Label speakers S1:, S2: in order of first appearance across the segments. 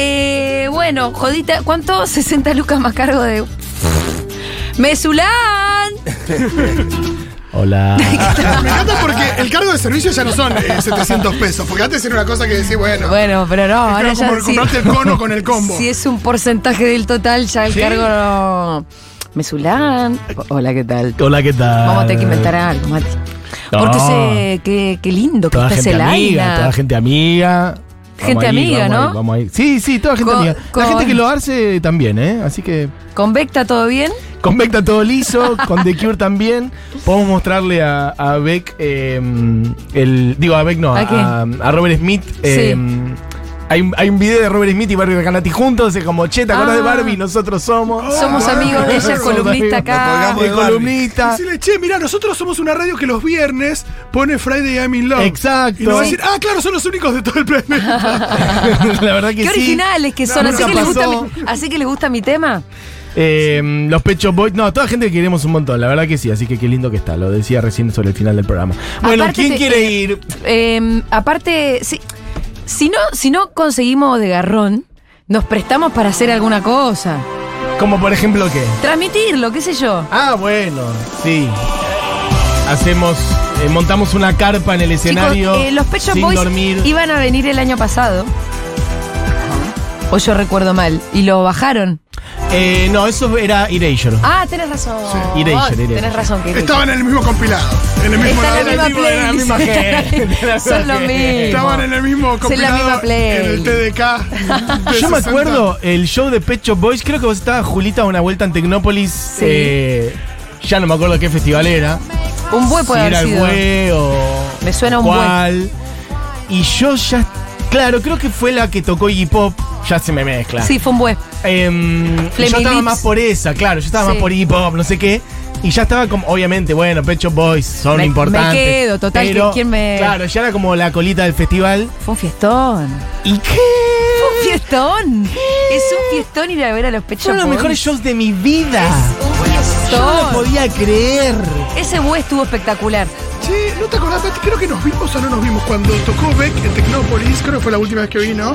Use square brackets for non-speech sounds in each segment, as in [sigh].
S1: eh, bueno, jodita, ¿cuánto? 60 lucas más cargo de. ¡Mesulán!
S2: Hola.
S1: [laughs]
S3: Me encanta porque el cargo de servicio ya no son eh, 700 pesos, porque antes era una cosa que decís, bueno,
S1: Bueno, pero no, ahora
S3: es como
S1: ya.
S3: por comprarte el cono con el combo.
S1: Si es un porcentaje del total, ya el
S3: Sí.
S1: cargo no. Mesulán. O- Hola, ¿qué tal?
S2: Hola, ¿qué tal?
S1: Vamos a tener que inventar algo, Mati.
S2: No.
S1: Porque sé, qué, qué lindo que
S2: Toda
S1: está
S2: gente
S1: ese
S2: amiga,
S1: line-up.
S2: toda gente amiga.
S1: Gente
S2: Vamos ahí,
S1: amiga,
S2: vamos
S1: ¿no?
S2: ahí, vamos ahí. Sí, sí, toda gente
S1: Con-
S2: amiga.
S1: con-
S2: La gente que lo hace también, ¿eh? Así que
S1: ¿Con Vecta todo bien?
S2: con Vecta todo liso, con The Cure también. Podemos mostrarle a, a Beck, eh, el, digo a Beck no,
S1: ¿A
S2: a,
S1: quién?
S2: a Robert Smith. eh, hay, un- hay un video de Robert Smith y Barbie Recanati juntos, es como, che, ¿te acordás de
S1: Ah.
S2: Barbie? Nosotros somos.
S1: Somos
S3: Ah,
S1: amigos de ella,
S2: somos
S1: columnista
S2: amigos.
S4: Nos
S1: acá.
S4: colgamos
S2: De
S4: de Barbie.
S2: columnista.
S3: [laughs] Decirle, che, mirá, nosotros somos una radio que los viernes pone Friday I'm in Love.
S2: Exacto.
S3: Y nos va a
S2: Sí.
S3: decir, ah, claro, son los únicos de todo
S1: [laughs]
S3: el planeta.
S2: La verdad que
S1: Qué
S2: sí.
S1: originales que son,
S2: No,
S1: así que,
S2: nunca
S1: les gusta
S2: pasó.
S1: mi, así que les gusta mi tema.
S2: Eh, Los Pecho Boys, no, toda gente que queremos un montón, la verdad que sí, así que qué lindo que está, lo decía recién sobre el final del programa. Bueno,
S1: Aparte
S2: ¿quién
S1: te-
S2: quiere
S1: eh,
S2: ir?
S1: Eh, aparte, si, si, no, si no conseguimos de garrón, nos prestamos para hacer alguna cosa.
S2: Como por ejemplo qué.
S1: Transmitirlo, qué sé yo.
S2: Ah, bueno, sí. Hacemos, eh, montamos una carpa en el escenario
S1: Chicos, eh, los Pet Shop
S2: sin
S1: Boys
S2: dormir.
S1: iban a venir el año pasado. O yo recuerdo mal. Y lo bajaron.
S2: Eh, no, eso era Erasure.
S1: Ah, tenés razón.
S2: Sí, Erasure,
S1: Ay,
S2: Erasure.
S1: tenés razón, que
S3: Estaban en el mismo compilado. En el mismo
S1: Está en
S3: lado.
S1: la
S2: Era
S1: misma
S2: el mismo, era la
S1: playlist.
S2: misma gente, era
S1: [laughs]
S2: la
S1: Son
S2: misma
S1: lo
S2: gente.
S1: mismo.
S3: Estaban en el mismo
S1: Son la misma
S3: compilado.
S1: play.
S3: En el TDK. de
S2: Ah, Yo me
S3: 60.
S2: acuerdo el show de Pecho Boys, creo que vos estabas Julita una vuelta en Tecnópolis. eh, ya no me acuerdo qué festival era.
S1: Un bue puede
S2: si era
S1: haber
S2: el
S1: sido.
S2: bue o.
S1: Me suena un
S2: cuál. Y yo ya. Claro, creo que fue la que tocó Iggy Pop. Ya se me mezcla.
S1: Sí, fue un bue.
S2: Em, yo
S1: Flaming
S2: estaba
S1: Lips.
S2: más por esa, claro. Yo estaba
S1: Sí.
S2: más por Iggy Pop, no sé qué. Y ya estaba como, obviamente, bueno, Pecho Boys son
S1: Me-
S2: importantes.
S1: me quedo, total, que
S2: pero,
S1: quién me-
S2: Claro, ya era como la colita del festival.
S1: Fue un fiestón.
S2: ¿Y qué?
S1: Un fiestón. Es un fiestón ir a ver a los pechos.
S2: Son los mejores shows de mi vida. Yo no lo podía creer.
S1: Ese bue estuvo espectacular.
S3: Che, ¿no te acordás, Tati? Creo que nos vimos o no nos vimos cuando tocó Beck en Tecnópolis, creo que fue la última vez que vino,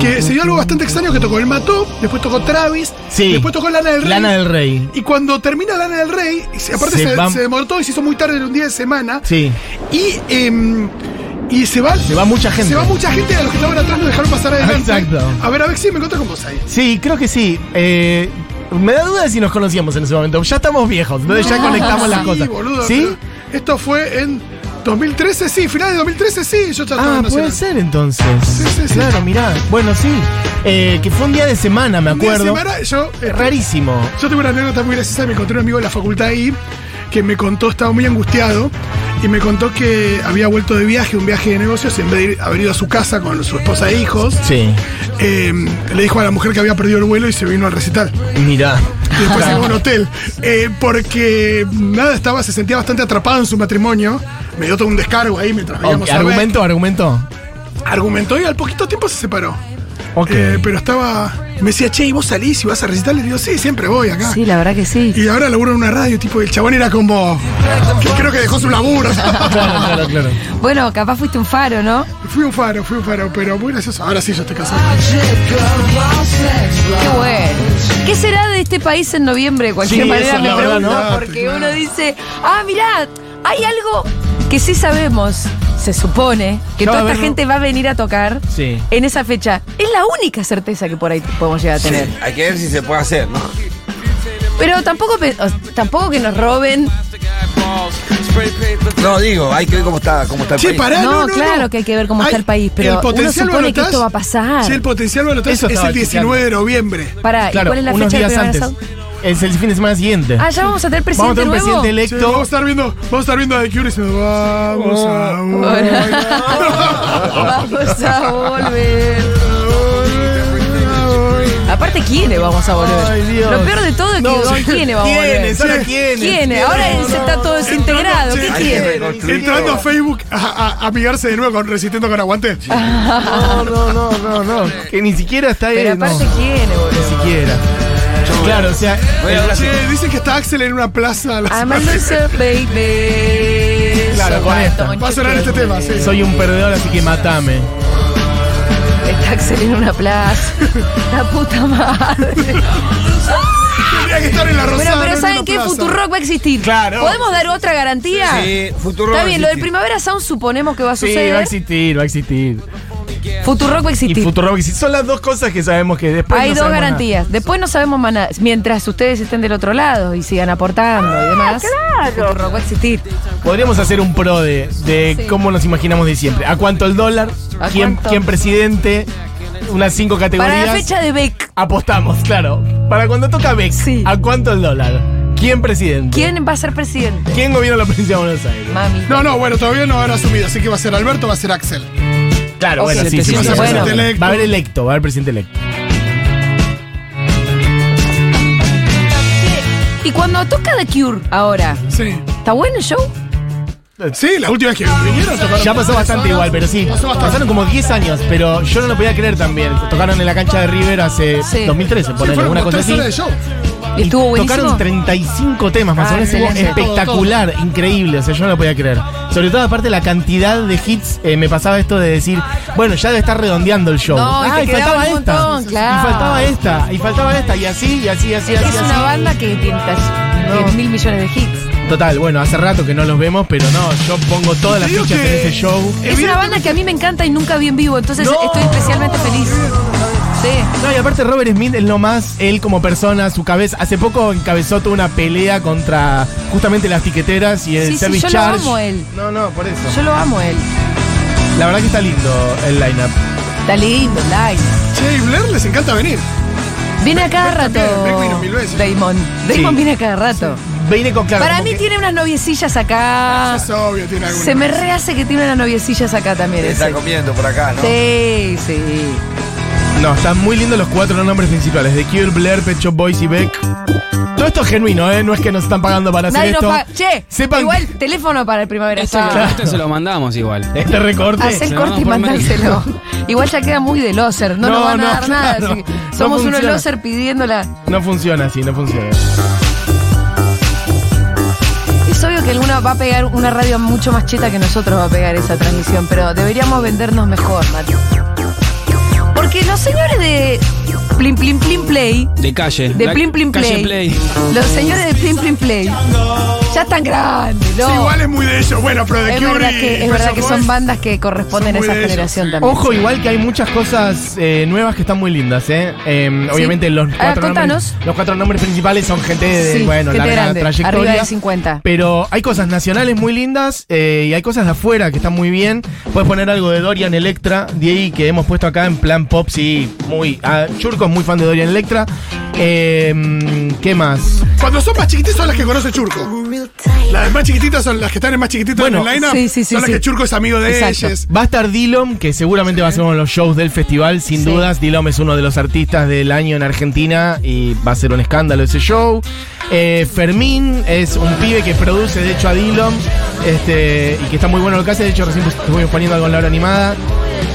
S3: que se dio algo bastante extraño que tocó el Mató, después tocó Travis,
S2: Sí.
S3: después tocó Lana del Rey.
S2: Lana del Rey.
S3: Y cuando termina Lana del Rey, y se- aparte
S2: Se
S3: se,
S2: va-
S3: se demoró todo y se hizo muy tarde en un día de semana,
S2: Sí.
S3: y, em, y se va...
S2: Se va mucha gente.
S3: Se va mucha gente, a los que estaban atrás nos dejaron pasar adelante.
S2: Exacto.
S3: A ver, a ver, sí, me encontré con vos ahí.
S2: Sí, creo que sí. Eh, me da duda de si nos conocíamos en ese momento. Ya estamos viejos, entonces ya conectamos las
S3: Ah, Sí,
S2: cosas.
S3: boludo,
S2: ¿Sí? Ah,
S3: pero Esto fue en 2013, sí, final de 2013, sí, yo ya estaba
S2: Ah,
S3: en Nacional.
S2: puede ser entonces.
S3: sí, sí.
S2: Claro, mirá. Bueno, sí. Eh, que fue un día de semana, me
S3: Un día de
S2: acuerdo.
S3: semana, yo, eh,
S2: Rarísimo.
S3: Yo tuve una anécdota muy graciosa, me encontré un amigo de la facultad ahí que me contó, estaba muy angustiado y me contó que había vuelto de viaje, un viaje de negocios, y en vez de ir- haber ido a su casa con su esposa e hijos,
S2: Sí.
S3: eh, le dijo a la mujer que había perdido el vuelo y se vino al recital.
S2: Mirá.
S3: Y después llegó a un hotel. Eh, porque nada, estaba, se sentía bastante atrapado en su matrimonio. Me dio todo un descargo ahí mientras veíamos
S2: Ok,
S3: a Beck.
S2: argumento, argumento.
S3: Argumentó y al poquito tiempo se separó.
S2: Ok.
S3: Eh, pero estaba. Me decía, che, ¿y vos salís y vas a recitar? Le digo, sí, siempre voy acá.
S1: Sí, la verdad que sí.
S3: Y ahora laburo en una radio, tipo, el chabón era como. que creo que dejó su
S1: [laughs]
S3: laburo.
S2: Claro, Ah, claro, claro.
S1: Bueno, capaz fuiste un faro, ¿no?
S3: fui un faro, fui un faro, pero muy gracioso. Ahora sí, yo estoy casado.
S1: Qué bueno. ¿Qué será de este país en noviembre? De cualquier
S2: Sí,
S1: manera
S2: esa es
S1: me
S2: la verdad,
S1: pregunto,
S2: ¿no?
S1: porque uno dice, ah, mirá, hay algo que sí sabemos, se supone, que
S2: Ya va
S1: toda
S2: a
S1: esta
S2: haber-
S1: gente va a venir a tocar
S2: Sí.
S1: en esa fecha. Es la única certeza que por ahí podemos llegar a tener.
S4: Hay que ver si se puede hacer, ¿no?
S1: Pero tampoco, pe- o- tampoco que nos roben.
S4: No, digo, hay que ver cómo está, cómo está el
S3: Che,
S4: país.
S3: pará,
S1: No,
S3: Eh, no,
S1: claro que hay que ver cómo está el país, pero uno supone que
S3: balotaje-
S1: esto va a pasar.
S3: Sí, el potencial balotaje
S2: Eso
S3: es
S2: estaba
S3: el 19 de noviembre.
S1: Para,
S2: Claro,
S1: ¿cuál es la
S2: unos
S1: fecha de
S2: días
S1: primer
S2: antes.
S1: asado?
S2: Es el fin de semana siguiente.
S1: Ah, ya vamos a tener
S2: Vamos
S1: presidente
S2: a tener un
S1: nuevo.
S2: presidente
S3: Che, vamos a
S2: electo.
S3: estar viendo, vamos a estar viendo a The Cure y diciendo, vamos a
S1: Vamos a volver. Aparte, ¿quiénes vamos a volver?
S2: Ay, Dios.
S1: Lo peor de todo es que
S2: No,
S1: con
S2: sí.
S1: ¿quiénes vamos a volver?
S2: [laughs] ¿Quiénes? Ahora quiénes.
S1: ¿Quiénes? Ahora
S2: No,
S1: se
S2: no,
S1: está todo desintegrado. ¿Qué
S3: Entrando,
S4: Hay que
S1: quieren?
S4: reconstruir.
S3: Entrando a Facebook a, a- a amigarse de nuevo con Resistiendo con Aguante.
S2: No, no, no, no, no. Que ni siquiera está
S1: Pero
S2: él.
S1: aparte, ¿quiénes,
S2: Ni
S1: boludo?
S2: siquiera. Claro, o sea,
S4: Bueno, ahora sí.
S3: Che, dicen que está Axel en una plaza. a la
S1: I'm a loser, baby.
S2: Claro, con esta.
S3: Va a sonar este tema, sí.
S2: soy un perdedor, así que matame.
S1: Está Axel en una
S2: [laughs]
S1: plaza. La puta madre.
S3: Tendría que estar en la
S1: Bueno,
S3: Rosada.
S1: pero
S3: no en
S1: ¿saben
S3: una
S1: qué?
S3: plaza.
S1: Futurock va a existir.
S2: Claro.
S1: ¿Podemos dar otra garantía?
S4: Sí, Futuro.
S1: Está bien, lo del Primavera Sound suponemos que va a
S2: Sí, va a
S1: suceder.
S2: existir, va a existir.
S1: Futurock va a
S2: Y
S1: existir.
S2: Futurock existe. Son las dos cosas que sabemos que después.
S1: Hay
S2: no
S1: dos
S2: sabemos nada.
S1: garantías. Después no sabemos más nada. Mientras ustedes estén del otro lado y sigan aportando y demás. Futurock va a existir.
S2: Podríamos hacer un pro de, de
S1: Sí.
S2: cómo nos imaginamos diciembre. ¿A cuánto el dólar?
S1: ¿A
S2: ¿Quién,
S1: cuánto?
S2: quién presidente? Unas cinco categorías.
S1: Para la fecha de Beck,
S2: Apostamos, claro. Para cuando toca Beck,
S1: Sí.
S2: ¿a cuánto el dólar? ¿Quién presidente?
S1: ¿quién va a ser presidente?
S2: ¿Quién gobierna la provincia de Buenos Aires?
S1: Mami.
S3: No, no, bueno, todavía no habrá asumido, así que va a ser Alberto, va a ser Axel.
S2: Claro,
S1: Ok,
S2: bueno, sí, sí, sí,
S1: presidente,
S2: sí,
S1: bueno.
S2: sí, sí.
S3: Electo.
S2: Va a haber electo, va a haber presidente electo.
S1: Y cuando toca The Cure ahora,
S3: Sí.
S1: ¿está bueno el show?
S3: Sí, la última vez que vinieron tocaron.
S2: Ya pasó bastante igual, pero sí.
S3: Pasó bastante.
S2: Pasaron como 10 años, pero yo no lo podía creer también. Tocaron en la cancha de River hace
S1: Sí.
S2: 2013,
S3: Sí,
S2: ponele,
S3: fueron
S2: una
S3: como
S2: cosa
S3: tres
S2: así.
S3: horas de show.
S1: Y estuvo buenísimo.
S2: Tocaron 35 temas más
S1: Ah,
S2: o menos. Estuvo
S1: excelente.
S2: espectacular, increíble. O sea, yo no lo podía creer. Sobre todo, aparte, la cantidad de hits. eh, me pasaba esto de decir, bueno, ya debe estar redondeando el show. Ah,
S1: No, y te
S2: y
S1: quedaban
S2: faltaba
S1: un
S2: esta.
S1: montón, claro.
S2: Y faltaba esta. Y faltaba esta. Y así, y así, y así,
S1: Es que
S2: así,
S1: es una
S2: así.
S1: banda que tiene tas-
S2: No.
S1: que mil millones de hits.
S2: Total, bueno, hace rato que no los vemos, pero no, yo pongo todas las
S3: Te digo
S2: fichas en
S3: que-
S2: ese show.
S1: Es una banda que a mí me encanta y nunca vi en vivo, entonces
S2: No.
S1: estoy especialmente feliz. Sí.
S2: No, y aparte Robert Smith es lo más él como persona, su cabeza. Hace poco encabezó toda una pelea contra justamente las tiqueteras y el
S1: Sí, sí, yo
S2: service
S1: lo
S2: charge.
S1: amo eh. a él.
S2: No, no, por eso.
S1: Yo lo amo a él.
S2: La verdad que está lindo el lineup.
S1: Está lindo, live.
S3: Che, y Blair les encanta venir.
S1: Viene a cada rato.
S3: también, Beck vino mil veces.
S1: Damon. Damon
S2: Sí.
S1: viene a cada rato.
S2: Vine con claro.
S1: Para
S2: como
S1: mí
S2: que-
S1: tiene unas noviecillas acá.
S3: Es obvio, tiene alguna.
S1: Ah, Se me rehace que tiene unas noviecillas acá también.
S4: Te
S1: ese.
S4: está comiendo por acá, ¿no?
S1: Sí, sí.
S2: No, están muy lindos los cuatro nombres principales: de Cure, Blair, Pet Shop Boys y Beck. Todo esto es genuino, ¿eh? No es que nos están pagando para hacer
S1: Nadie nos
S2: esto.
S1: paga. Che,
S2: Sepan
S1: igual teléfono para el primavera.
S5: Este,
S1: Sound.
S5: este se lo mandamos igual.
S2: este recorte.
S1: Hacé el
S5: Se lo
S1: corte y
S5: mandamos por mail.
S1: mandárselo.
S2: [laughs]
S1: Igual ya queda muy de loser, no,
S2: No,
S1: nos van a
S2: no,
S1: dar nada.
S2: claro.
S1: así que
S2: No
S1: somos unos
S2: funciona.
S1: loser pidiéndola.
S2: No funciona así, no funciona.
S1: Es obvio que alguna va a pegar una radio mucho más cheta que nosotros va a pegar esa transmisión, pero deberíamos vendernos mejor, Mati. Porque los señores de Plim Plim Plim Play,
S5: De calle.
S1: de
S5: La-
S1: Plim Plim
S5: calle
S1: Play, los señores de Plim Plim Play, ya están grandes,
S3: Sí,
S1: ¿no?
S3: igual es muy de ellos. Bueno, pero de
S1: es
S3: Cure
S1: verdad
S3: y
S1: que, es
S3: Pet
S1: verdad
S3: Shop
S1: que
S3: Boys.
S1: son bandas que corresponden a
S3: Son muy
S1: esa
S3: de ellos,
S1: generación
S3: sí.
S1: también.
S2: Ojo, igual que hay muchas cosas eh, nuevas que están muy lindas, ¿eh? Eh, Obviamente los
S1: Ah,
S2: cuatro,
S1: contanos.
S2: nombres, los cuatro nombres principales son gente de
S1: Sí,
S2: bueno,
S1: gente
S2: larga
S1: grande,
S2: trayectoria.
S1: arriba de 50.
S2: Pero hay cosas nacionales muy lindas eh, y hay cosas de afuera que están muy bien. Puedes poner algo de Dorian Electra, de ahí que hemos puesto acá en plan pop, sí, muy. ah, Churco es muy fan de Dorian Electra. Eh, ¿Qué más?
S3: Cuando son más chiquititas son las que conoce Churco. Las más chiquititas son las que están en más chiquititas
S2: Bueno,
S3: en el line
S1: sí, sí, sí,
S3: Son las
S1: sí.
S3: que Churco es amigo de
S1: Exacto.
S3: ellas.
S2: Va a estar Dilom, que seguramente va a ser uno de los shows del festival, sin
S1: Sí.
S2: dudas. Dilom es uno de los artistas del año en Argentina y va a ser un escándalo ese show. Eh, Fermín es un pibe que produce, de hecho, a Dilom este, y que está muy bueno lo que hace. De hecho, recién pus- estuvimos poniendo algo en la hora animada.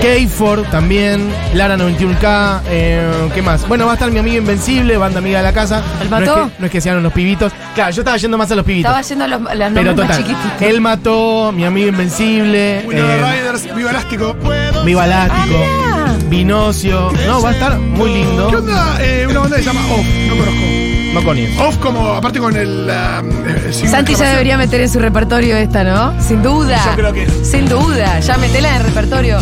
S2: K4 también, Lara 91K, eh, ¿qué más? Bueno, va a estar mi amigo Invencible, banda amiga de la casa.
S1: ¿El
S2: no es,
S1: mató?
S2: que, no es que sean unos pibitos. Claro, yo estaba yendo más a los pibitos.
S1: Estaba yendo a los, a las
S2: pero
S1: nombres más
S2: total,
S1: chiquititos.
S2: él mató, mi amigo Invencible.
S3: Winona
S2: eh,
S3: Riders, Viva Elástico.
S2: Viva Lático,
S1: Ah, mirá.
S2: Vinocio. No, va a estar muy lindo.
S3: ¿Qué onda? Eh, una banda que se llama Off, no conozco.
S2: No con eso.
S3: Off como, aparte con el... ah, eh, signo de
S1: Santi ya
S3: exclamación.
S1: debería meter en su repertorio esta, ¿no? Sin duda.
S3: Yo creo que-
S1: Sin duda. Ya metela en el repertorio.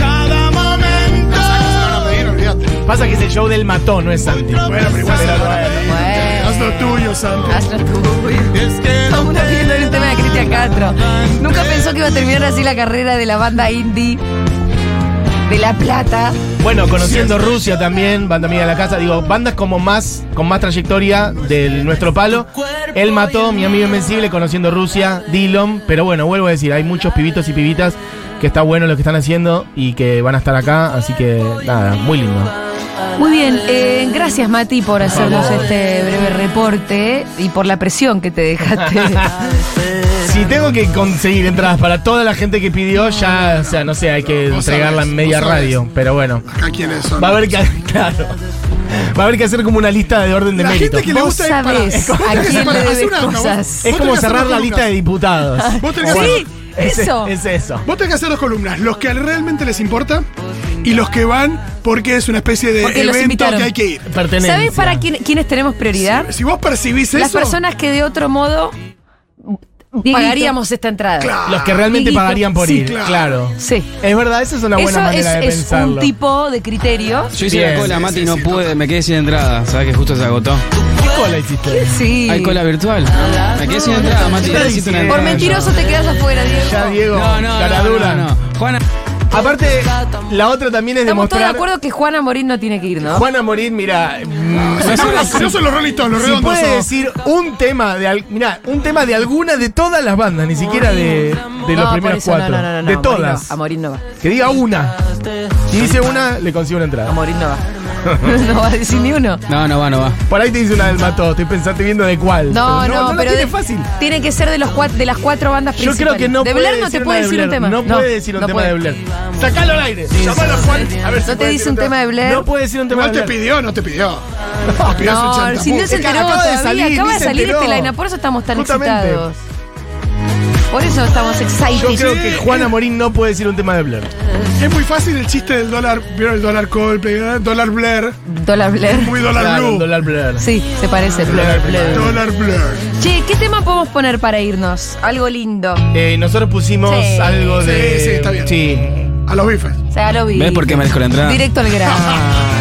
S3: Se lo van a pedir, olvídate.
S2: Pasa que es el show del matón, no es Santi.
S3: Bueno, pero igual se lo van a pedir.
S1: Bueno.
S3: Haz lo tuyo, Santi.
S1: Hazlo tú. [laughs] Estamos viendo el tema de Cristian Castro. Nunca pensó que iba a terminar así la carrera de la banda indie de La Plata.
S2: Bueno, conociendo Rusia también, banda amiga de la casa, digo, bandas como más, con más trayectoria de nuestro palo. Él mató, mi amigo invencible, conociendo Rusia, Dillon. Pero bueno, vuelvo a decir, hay muchos pibitos y pibitas que está bueno lo que están haciendo y que van a estar acá, así que nada, muy lindo.
S1: Muy bien, eh, gracias Mati por hacernos este breve reporte y por la presión que te
S2: [laughs]
S1: dejaste.
S2: Si tengo que conseguir entradas para toda la gente que pidió, ya, o sea, no sé, hay que
S3: Vos
S2: entregarla
S3: sabés,
S2: en media
S3: vos sabés.
S2: radio, pero bueno.
S3: Acá quiénes son.
S2: Va a haber que, [laughs] claro, va a haber que hacer como una lista de orden de
S3: La
S2: mérito.
S3: gente que le
S1: Vos
S3: gusta es para-
S1: sabés
S3: es como-
S1: a quién
S3: para-
S1: le
S3: hace
S1: debes
S3: una- vos-
S1: cosas.
S2: Es como
S3: vos tenés que hacer
S2: cerrar
S3: dos
S2: la
S3: columnas.
S2: lista
S1: [laughs]
S2: de diputados.
S3: Vos tenés que hacer
S1: sí,
S2: Es-
S1: eso.
S2: Es, eso.
S3: Vos tenés que hacer dos columnas, los que realmente les importa y los que van porque es una especie de
S1: Porque los
S3: evento
S1: invitaron.
S3: que hay que ir.
S2: Pertenencia.
S1: ¿Sabés para quién- quiénes tenemos prioridad?
S3: Si vos percibís
S1: Las
S3: eso.
S1: personas que de otro modo pagaríamos esta entrada.
S3: Claro.
S2: Los que realmente
S1: Dieguito.
S2: pagarían por
S3: Sí,
S2: ir.
S3: claro.
S2: Claro.
S1: Ah, Sí.
S2: Es verdad, esa es una buena
S1: Eso es,
S2: manera de
S1: es
S2: pensarlo.
S1: un tipo de criterios.
S5: Yo hice
S2: Bien,
S5: la cola,
S2: sí,
S5: Mati,
S3: sí,
S5: no
S3: sí,
S5: pude, me quedé sin entrada. ¿Sabes que justo se agotó?
S2: ¿Qué cola hiciste?
S1: Sí.
S5: Hay cola virtual. Me quedé sin entrada, Mati.
S2: Está diciendo.
S5: Necesito una
S1: Por
S5: entrada
S1: mentiroso te quedas afuera, Diego.
S2: Ya, Diego.
S5: yo. No, no, no,
S2: caradura.
S5: no, no. Juana, [laughs]
S2: Aparte, la otra también es
S1: Estamos todos de
S2: demostrar.
S1: acuerdo que Juana Morín no tiene que ir, ¿no?
S2: Juana Morín, mira,
S3: No, son los- no son los Rolling Stones, los
S2: si
S3: redondos.
S2: puede
S3: son-
S2: decir un tema de al- mirá, un tema de alguna de todas las bandas, ni siquiera de, de
S1: No,
S2: los
S1: por
S2: primeros
S1: eso,
S2: cuatro,
S1: No, no, no, no,
S2: de
S1: a Morín
S2: todas.
S1: no, a Morín no va.
S2: que diga una. Si dice una, le consigo una entrada.
S1: A Morín no va.
S2: [laughs]
S1: no va a decir ni uno.
S5: No, no va, no va.
S2: Por ahí te dice una del Mató, estoy pensando, estoy viendo de cuál.
S1: No, no,
S2: Pero la
S1: pero
S2: tiene
S1: de-
S2: fácil.
S1: tiene que ser de los cuat- de las cuatro bandas
S2: Yo
S1: principales.
S2: creo que no
S1: de
S2: puede
S1: Blair no
S2: decir
S1: te
S2: una
S1: puede
S2: de
S1: decir un
S2: Blair.
S1: tema.
S2: No, puede decir un
S1: no
S2: tema
S1: puede.
S2: de Blair. Sacalo al aire. Llamalo a Juan. A
S1: No
S2: ver si
S1: te
S2: puede
S1: dice
S2: decir
S1: un tema de Blair.
S2: No puede decir un tema
S3: No
S2: de
S3: te
S2: Blair.
S3: pidió, no te pidió. No, pidió su
S1: No,
S3: chanta.
S1: si no se
S2: Es que
S1: enteró
S2: acaba de
S1: todavía,
S2: salir,
S1: acaba de
S2: ni se
S1: salir este
S2: enteró.
S1: line por eso estamos tan
S2: Justamente.
S1: excitados. Por eso estamos excited.
S2: Yo creo que Juana Morín no puede decir un tema de Blair.
S3: Es muy fácil el chiste del dólar. ¿Vieron el dólar Coldplay? eh? Dólar Blair.
S1: Dólar Blair.
S3: Muy dólar
S2: Claro,
S3: blue.
S2: Dólar Blair.
S1: Sí, se parece. Blair, Blair.
S3: Dólar Blair.
S1: Che, ¿qué tema podemos poner para irnos? Algo lindo.
S2: Eh, nosotros pusimos
S1: Sí.
S2: algo
S3: Sí,
S2: de.
S3: sí, está bien.
S2: Sí.
S3: [laughs] A los bifes.
S1: O sea, lo vi.
S5: ¿Ves por qué merezco la entrada?
S1: Directo al grano.
S2: Ah.